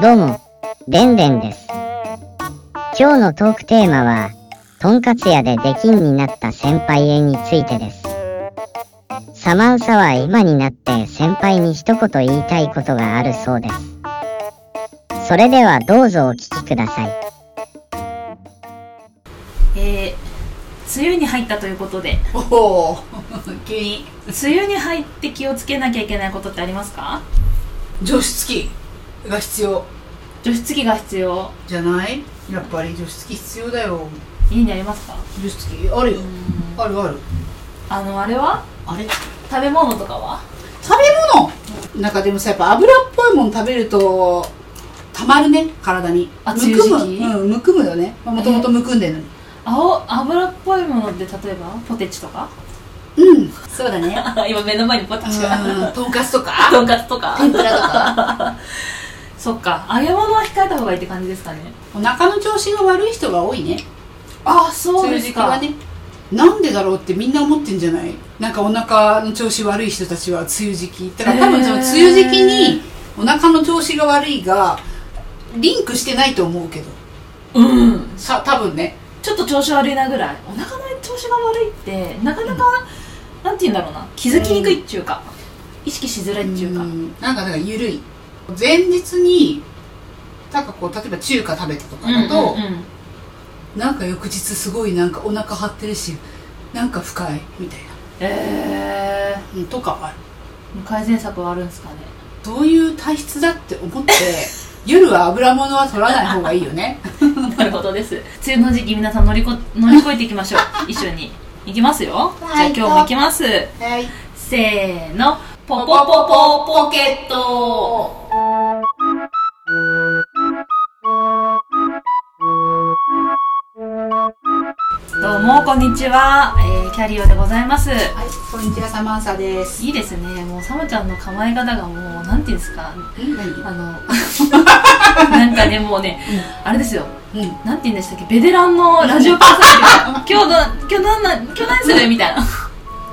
どうも、でんでんです。今日のトークテーマは、とんかつ屋で出禁になった先輩へについてです。サマンサは今になって先輩に一言言いたいことがあるそうです。それではどうぞお聞きください。えー梅雨に入ったということでおお急に梅雨に入って気をつけなきゃいけないことってありますか除湿機が必要除湿機が必要じゃないやっぱり除湿機必要だよ家にありますか除湿機あるよあるあるあのあれはあれ食べ物とかは食べ物なんかでもさやっぱ油っぽいもの食べるとたまるね体にあむくむ梅雨時期うんむくむよねもともとむくんでるのに青油っぽいものって例えばポテチとかうんそうだね 今目の前にポテチがうんとんかつとか とんかつとか天ぷらとか そっか揚げ物は控えた方がいいって感じですかね お腹の調子が悪い人が多いねあそそういう時期はねなんでだろうってみんな思ってんじゃないなんかお腹の調子悪い人たちは梅雨時期だから多分その梅雨時期にお腹の調子が悪いがリンクしてないと思うけどうんさ多分ねちょっと調子悪いなぐらいお腹の調子が悪いってなかなか、なんて言うんだろうな気づきにくいっちゅうか、意識しづらいっちゅうか、うんなんかだから緩い前日になんかこう例えば中華食べたとかだうと、んうんうんなんか翌日すごいなんかお腹張ってるしなんか深いみたいな、ええうん、とかはある改善策はあるんですかねどういう体質だって思って 夜は油物は取らない方がいいよね なるほどです梅雨の時期皆さん乗 りこ乗り越えていきましょう一緒に行きますよじゃあはい今日も行きますはいせーのポポポポポケットどうもこんにちは、えーキャリオでございますはい、こんにちは、サマンサです。いいですねもうサムちゃんの構え方がもうなんていうんですかうん、何あの なんかねもうね、あれですようん、なんて言うんでしたっけベテランのラジオパーソナリティ が今日の今日なん今日何するみたいな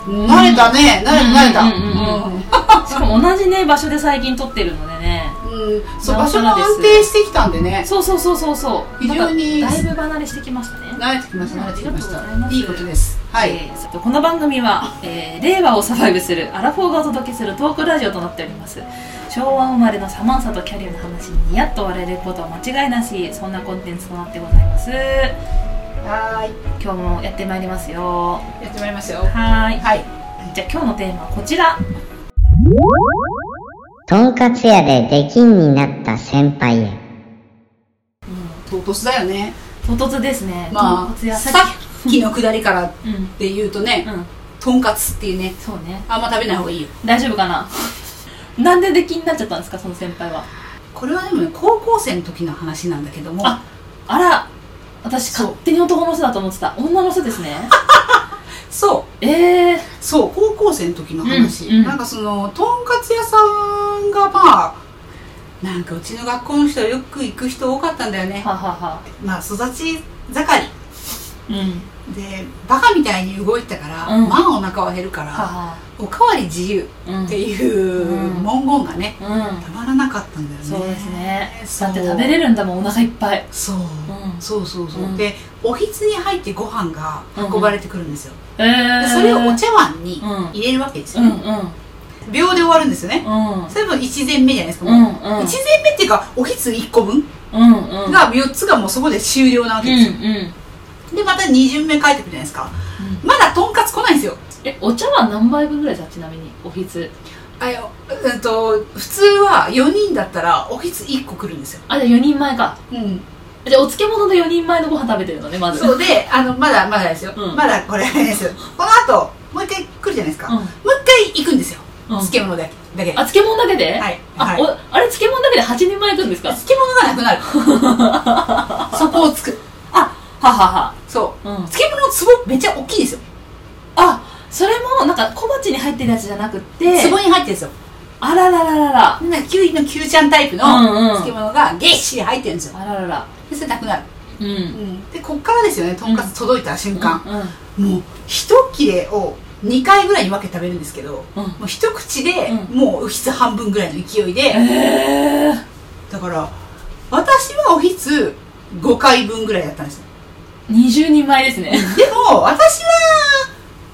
慣れたね、慣れた、うんう慣んうんれしかも同じね場所で最近撮ってるのでねた。うん、うん、そう、なお場さ所らがです安定してきたんでね。そうそうそうそうそう非常になんかだいぶ離れしてきましたね慣れてきました、慣れてきましありがとうございまた。すいいことです。はい。えーちょっとこの番組は、えー令和をサバイブするアラフォーがお届けするトークラジオとなっております昭和生まれのサマンサとキャリアの話にニヤッと笑えることは間違いなしそんなコンテンツとなってございますは今日もやってまいりますよーい、やってまいりますよ。はーいはい。じゃあ今日のテーマはこちらとんかつ屋で出禁になった先輩へ。唐突だよね。唐突ですねま豚あ、骨やささっきの下りからっきうんて言うとね、うんとんかつっていうね、そうねあんま食べない方がいいよ。大丈夫かな なんで出禁になっちゃったんですかその先輩はこれはでもね、高校生の時の話なんだけども、ああら私そう勝手に男の人だと思ってた女の人ですね そう。ええそう高校生の時の話、うんうんなんかそのとんかつ屋さんがまあなんかうちの学校の人はよく行く人多かったんだよねはははまあ育ち盛りうんでバカみたいに動いてたから、うんまあお腹は減るかはらはおかわり自由うんっていううん文言がねうんたまらなかったんだよねそうですねそうだって食べれるんだもんお腹いっぱいそう、うんそうそうそう、うんでおひつに入ってご飯が運ばれてくるんですよ、えでえそれをお茶碗にうん入れるわけですうよ、んうん秒で終わるんですよねうんそれも1膳目じゃないですか、うもうんうん1膳目っていうかおひつ1個分うんうんが4つがもうそこで終了なわうけんですよ、うんでまた2巡目帰ってくるじゃないですかまだとんかつ来ないんですよえお茶は何杯分ぐらいですかちなみにおひつあよ、うん、と普通は4人だったらおひつ1個来るんですよ、あじゃあ4人前かうん、じゃあお漬物で4人前のご飯食べてるのねまずそうであのまだまだですよ、うんまだこれあれですよこの後もう一回来るじゃないですか、うんもう一回行くんですよ、うん漬物だけだけあ漬物だけではいあ、はいおあれ漬物だけで8人前いくんですか漬物がなくなるそこをつく あはははそううん漬物の壺めっちゃ大きいですよあそれもなんか小鉢に入ってるやつじゃなくって壺に入ってるんですよあらららららなんかキュウリのキュウちゃんタイプのうんうん漬物がげっしり入ってるんですよあらららでそれなくなる、うんでこっからですよねとんかつ届いた瞬間、うんもう一切れを2回ぐらいに分けて食べるんですけど、うんもう一口で、うもうおひつ半分ぐらいの勢いで、えだから私はおひつ5回分ぐらいだったんですよー、20人前ですね でも私は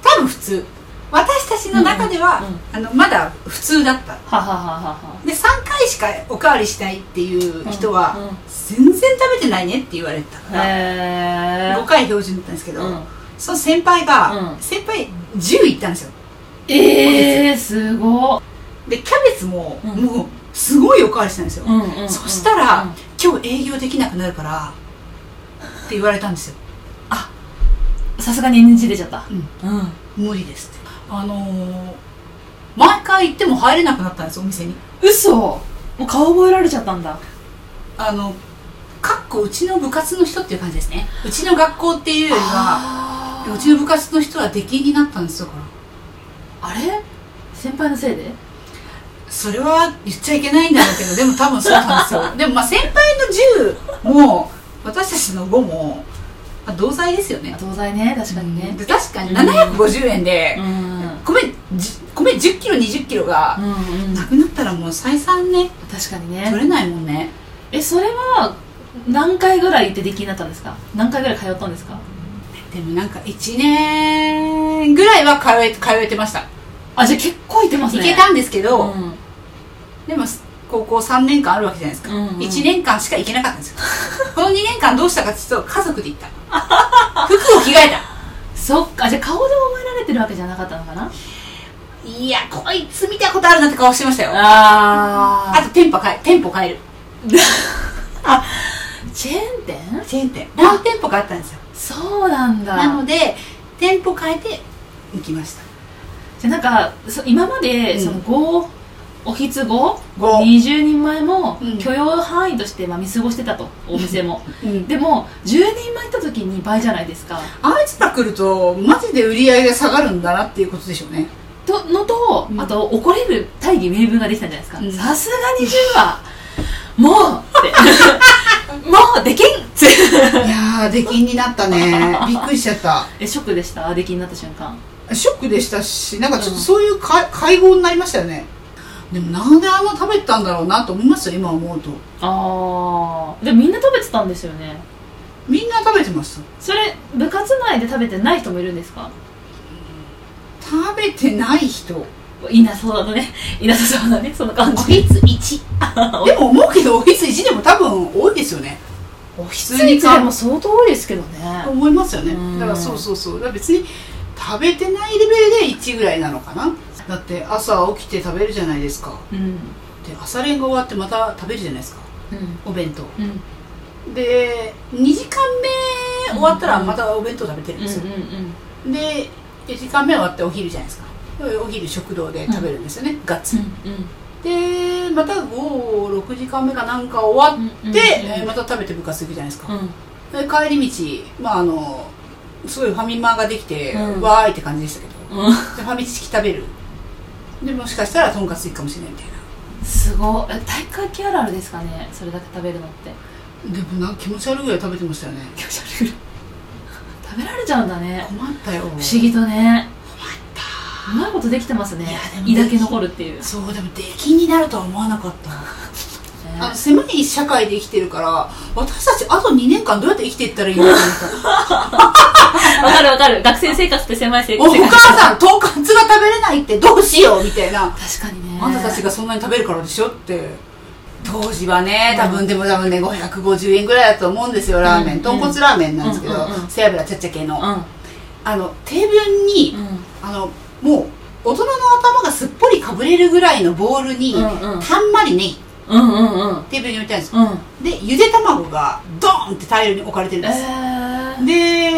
多分普通私たちの中では、あのまだ普通だったはははははで3回しかおかわりしたいっていう人は、うんうん全然食べてないねって言われたから、へ5回標準だったんですけど、うんその先輩が、うん先輩10いったんですよえー、すごっ、でキャベツも、うんもうすごいおかわりしたんですよ、うんうんうんそしたら、うん今日営業できなくなるからって言われたんですよさすがに NG 出ちゃったうん、無理ですってあのー毎回行っても入れなくなったんですよお店に嘘もう顔覚えられちゃったんだあのかっこうちの部活の人っていう感じですねうちの学校っていうよりはあうちの部活の人は出禁になったんですよだからあれ先輩のせいでそれは言っちゃいけないんだろうけどでも多分そうなんです よでもまあ先輩の10も私たちの5も、まあ、同罪ですよね東西ね確かにねで確かに750円でうん、うん米じ米1 0キロ2 0キロがうん、なくなったらもう採算ね確かにね取れないもんねえそれは何回ぐらい行って出来になったんですか何回ぐらい通ったんですかでもなんか1年ぐらいは通え通えてましたあじゃあ結構行ってます行ねけたんですけうど、んでも高校3年間あるわけじゃないですか、うんうん1年間しか行けなかったんです よこの2年間どうしたかっていうと家族で行った 服を着替えたそっかじゃあ顔で覚えられてるわけじゃなかったのかないやこいつ見たことあるなって顔してましたよああと店舗変え店舗変えるチェーン店チェーン店何店舗かあったんですよそうなんだなので店舗変えて行きましたじゃあなんかそ今までうんその5、おひつ5五20人前もうん許容範囲としてまあ見過ごしてたとお店もうんでも10人前行った時に倍じゃないですかあいつら来るとマジで売り上げが下がるんだなっていうことでしょう ねとのと、うんあと怒れる大義名分ができたんじゃないですかうんさすがに10はもうって もうできんっていやー出禁になったねびっくりしちゃったえショックでした出禁になった瞬間ショックでしたしなんかちょっとそういうか、会合になりましたよねでもなんであんな食べてたんだろうなと思いますよ今思うとああでもみんな食べてたんですよねみんな食べてましたそれ部活内で食べてない人もいるんですか食べてない人いなそうだねいなさそうだねその感おじひつ1でも思うけどおひつ1でも多分多いですよねおひつスイーツでも相当多いですけどね思いますよねうんだからそうそうそうだから別に食べてないレベルで1ぐらいなのかなだって朝起きて食べるじゃないですかうんで朝練が終わってまた食べるじゃないですかうんお弁当うんで2時間目終わったらまたお弁当食べてるんうんうですよ、んで1時間目終わってお昼じゃないですかお昼食堂で食べるんですよね、ガッツリ、でまた56時間目かなんか終わって、うんうんうんえーまた食べて部活行くじゃないですうか、んで帰り道まああのすごいファミマができて、うんわーいって感じでしたけどでうんファミチキ食べるでもしかしたらとんかつ行くかもしれないみたいなすごいえ体育会系あるあるですかねそれだけ食べるのってでもなんか気持ち悪いぐらい食べてましたよね気持ち悪い食べられちゃうんだね困ったよ不不思議とねうまいことできてますねいやでも胃だけ残るっていう、ねそうでも出禁になるとは思わなかったあの狭い社会で生きてるから私たちあと2年間どうやって生きていったらいいのかと思ったわかるわかる学生生活って狭い生お活お母さんとんかつが食べれないってどうしようみたいな確かにねあんたたちがそんなに食べるからでしょって当時はね多分でも多分ね550円ぐらいだと思うんですよラーメうんうンん豚骨ラーメンなんですけどうんうんうん背脂ちゃっちゃ系うのんあのテーブルにうんあのもう大人の頭がすっぽりかぶれるぐらいのボウルにうんうんたんまりねうんうんうんテーブルに置いてあるんですようんでゆで卵がドーンって大量に置かれてるんえですー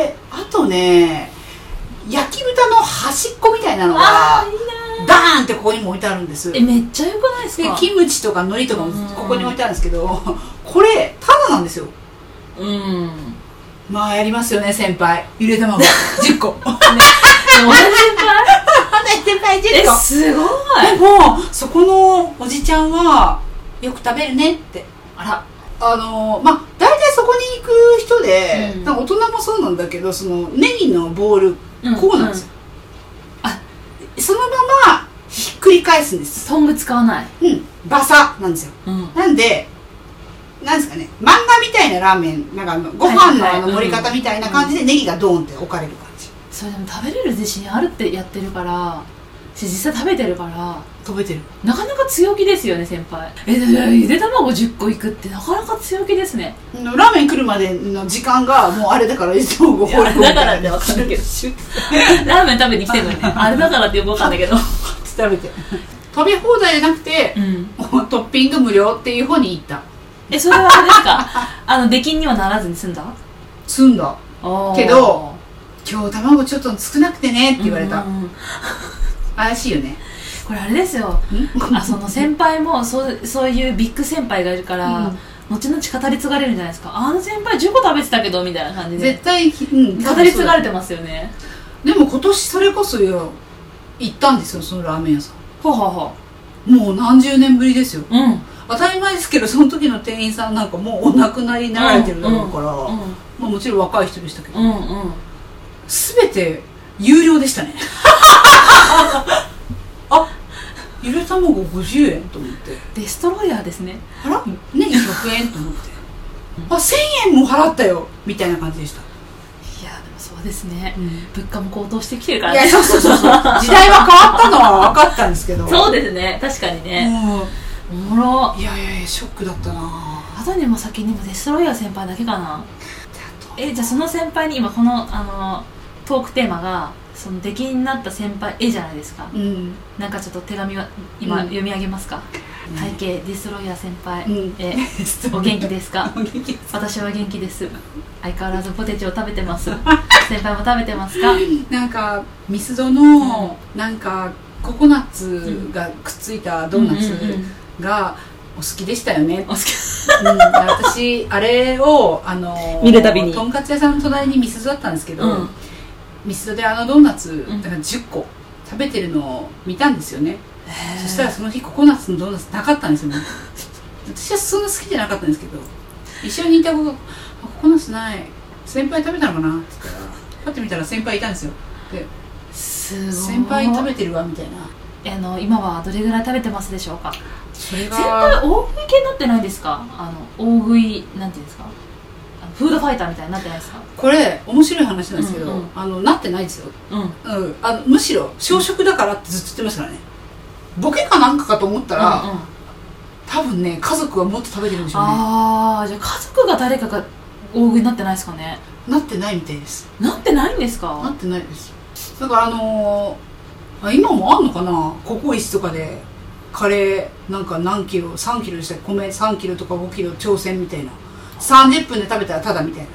であとね焼き豚の端っこみたいなのがあーいいなダーンってここにも置いてあるんですーえでめっちゃ良くないですかキムチとか海苔とかうんもここに置いてあるんですけど これタダなんですようんまあやりますよね先輩ゆで 卵10個あでもお先輩先輩10え個すごいでもそこのおじちゃんはよく食べるねってあらあのまあ大体そこに行く人で、うんなんか大人もそうなんだけどそのネギのボールうんこうなんですよ、あそのままひっくり返すんですトング使わないうんバサなんですようんなんでなんですかね漫画みたいなラーメンなんかあのご飯のはいはいあの盛り方みたいな感じでネギがドーンって置かれる感じそれでも食べれる自信あるってやってるからし実際食べてるから飛べてるなかなか強気ですよね先輩えででゆで卵10個いくってなかなか強気ですねラーメン来るまでの時間がもうあれだからいつもご飯いやだからねわか るけどシュ ッラーメン食べに来てる のにねあれだからってよくわかんないけどて食べて食べ放題じゃなくてう、んもうトッピング無料っていう方に行ったえそれはあれです かあの出禁にはならずに済んだ済んだけけど今日卵ちょっと少なくてねって言われた、怪しいよねこれあれですよあその先輩もそうそういうビッグ先輩がいるから、うん後々語り継がれるんじゃないですかあの先輩10個食べてたけどみたいな感じで絶対、うん、語り継がれてまますよねすでも今年それこそよ行ったんですよそのラーメン屋さほうほうほんもう何十年ぶりですよううん当たり前ですけどその時の店員さんなんかもうお亡くなりになられてるだろうから、まあ、もちろん若い人でしたけど、うんうんうん全て有料でし たねあゆで卵50円と思ってデストロイヤーですねあらネギ100円と思ってあ1000円も払ったよみたいな感じでした、いやでもそうですね物価も高騰してきてるからいねやそうそうそうそう時代は変わったのは分かったんですけど そうでですね確かにね、ねおもろいやいやいやショックだったな後にも先にもデストロイヤー先輩だけかなえじゃあその先輩に今このあのトークテーマがその出禁になった先輩絵じゃないですかうんなんかちょっと手紙は今うん読み上げますか、は体型ディスロイヤー先輩、うんえいお元気ですかお元気私は元気です相変わらずポテチを食べてます 先輩も食べてますか なんかミスドのなんかココナッツがくっついたドーナツうんうんうんがお好きでしたよねお好きうん、私あれをあの見るたびにとんかつ屋さんの隣にミスドだったんですけど、うんミスドであのドーナツんだから10個食べてるのを見たんですよね、そしたららその日ココナッツのドーナツなかったんですよ ね私はそんな好きじゃなかったんですけど一緒にいた子が「あココナッツない先輩食べたのかな?」って言ったらパッて見たら先輩いたんですよすごい先輩食べてるわみたいなあの今はどれぐらい食べてますでしょうかそれ先輩大食い系になってないですかあの大食いなんていうんですかあのフードファイターみたいになってないですかこれ面白い話なんですけど、うんうんあのなってないですようんうん、あのむしろ小食だからってずっと言ってましたからねボケかなんかかと思ったら、うんうん多分ね家族はもっと食べてるんでしょうねああじゃあ家族が誰かが大食いになってないですかねなってないみたいですなってないんですなかってないですだからあのーあ今もあんのかなココイチとかでカレーなんか何キロ3キロでしたっけ米3キロとか5キロ挑戦みたいな30分で食べたらタダみたいな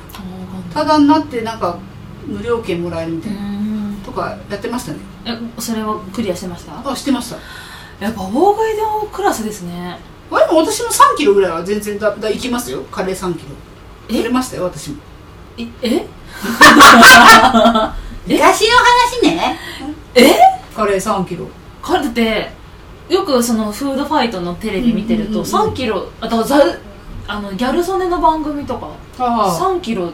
タダになってなんか無料券もらえるみうたいな、んとかやってましたねえそれをクリアしてましたあしてましたやっぱ大食いのクラスですねあでも私も3キロぐらいは全然だだいきますよカレー3キロえ取れましたよ私もいえ昔の話ねえカレー3キロかだってよくそのフードファイトのテレビ見てるうんうんとうんうん3キロあだからざあのギャル曽根の番組とかあ3キロ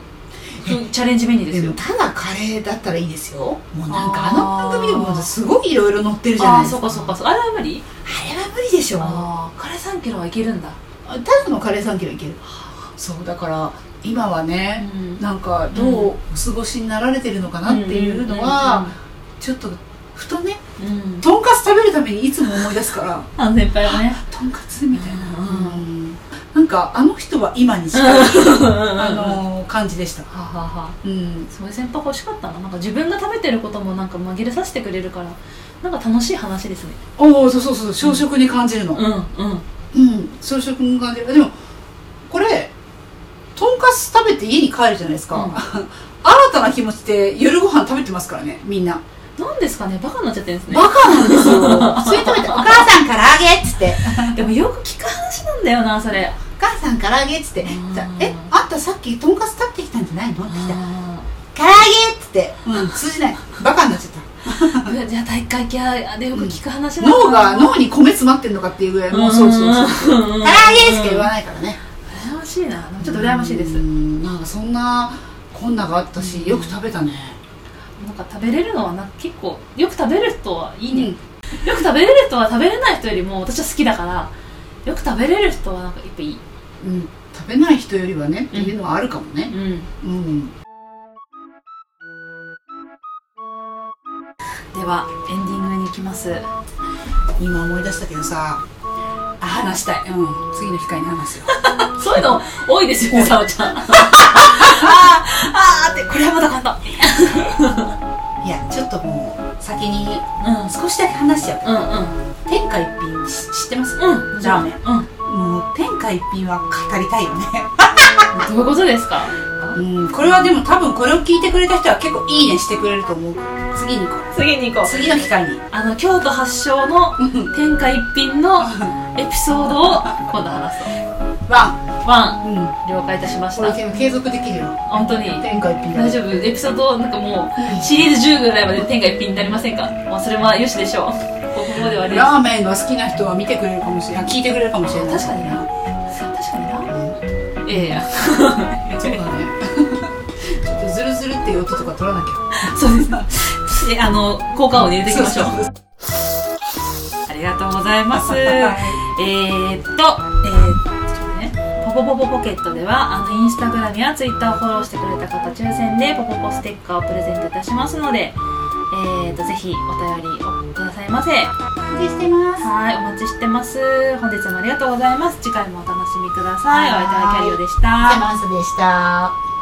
チャレンジメニューでですもよただカレーだったらいいですよもうなんかああーの番組でもすごいいろいろ載ってるじゃなあいあですそっかかそっかそっかあれは無理あれは無理でしょあああこれ3キロはいけるんだただのカレー3キロいけるそうだから今はね、うんなんかどうお過ごしになられてるのかなっていうのはちょっとふとねうんうんうんうんとんかつ食べるためにいつも思い出すからあの先輩はねとんかつみたいな、うんなんかあの人は今にしかないあのー感じでした、はははうん、そういう先輩欲しかったななんか自分が食べてることもなんか紛れさせてくれるからなんか楽しい話ですねおおそうそうそう小食に感じるのんうんうん小食に感じるでもこれとんかつ食べて家に帰るじゃないですか、うん 新たな気持ちで夜ご飯食べてますからねみんななんですかねバカになっちゃってるんですね バカなんですよそれ食べて「お母さん唐揚げ」っつってでもよく聞く話なんだよなそれ 「お母さん唐揚げ」っつってうん「えあんたさっきとんかつ食べてきたんじゃないの?」って来たあ「唐揚げ」っつって、うん、通じないバカになっちゃったーじゃあ体育会系でよく聞く話なんだ脳が脳に米詰まってんのかっていうぐらいもうそうそうそうそう唐揚げしか言わないからね羨ましいなちょっと羨ましいですうんなんかそんなこんながあったしよく食べたねなんか食べれるのはな結構よく食べる人はいいね、よく食べれる人は食べれない人よりも私は好きだからよく食べれる人はなんかやっぱいいうん、うん、食べない人よりはねっていうのはあるかもねうんうんではエンディングに行きます今思い出したけどさあ話したい、うん、次の機会に話すよそういうの多いですよねさおちゃん あーあーってこれはまだ簡単 いやちょっともう先にうん少しだけ話しちゃうけどう天下一品し知ってますんうんうんラーメンうんもう天下一品は語りたいよねどういうことですかうんこれはでも多分これを聞いてくれた人は結構いいねしてくれると思う次に行こ次に行う次の機会にあの京都発祥の天下一品のエピソードを今度話すはとワンうん了解いたしましこたれでも継続できるよ本当に天下一品だ大丈夫エピソードなんかもうシリーズ10ぐらいまで天下一品になりませんかまあそれはよしでしょうここまではねラーメンが好きな人は見てくれるかもしれない聞いてくれるかもしれない確かにな確かになええやそうだね ちょっとズルズルっていう音とか取らなきゃそうですねあの効果音を入れていきましょうそうそうありがとうございます。 えーっと、えー、ちょっとね、ポポポポポケットでは、あの、インスタグラムやツイッターをフォローしてくれた方抽選で、ポポポステッカーをプレゼントいたしますので、えーっと、ぜひお便りをくださいませ。はお待ちしてますい、お待ちしてます。本日もありがとうございます。次回もお楽しみください。お相手はキャリオでした。マスでした。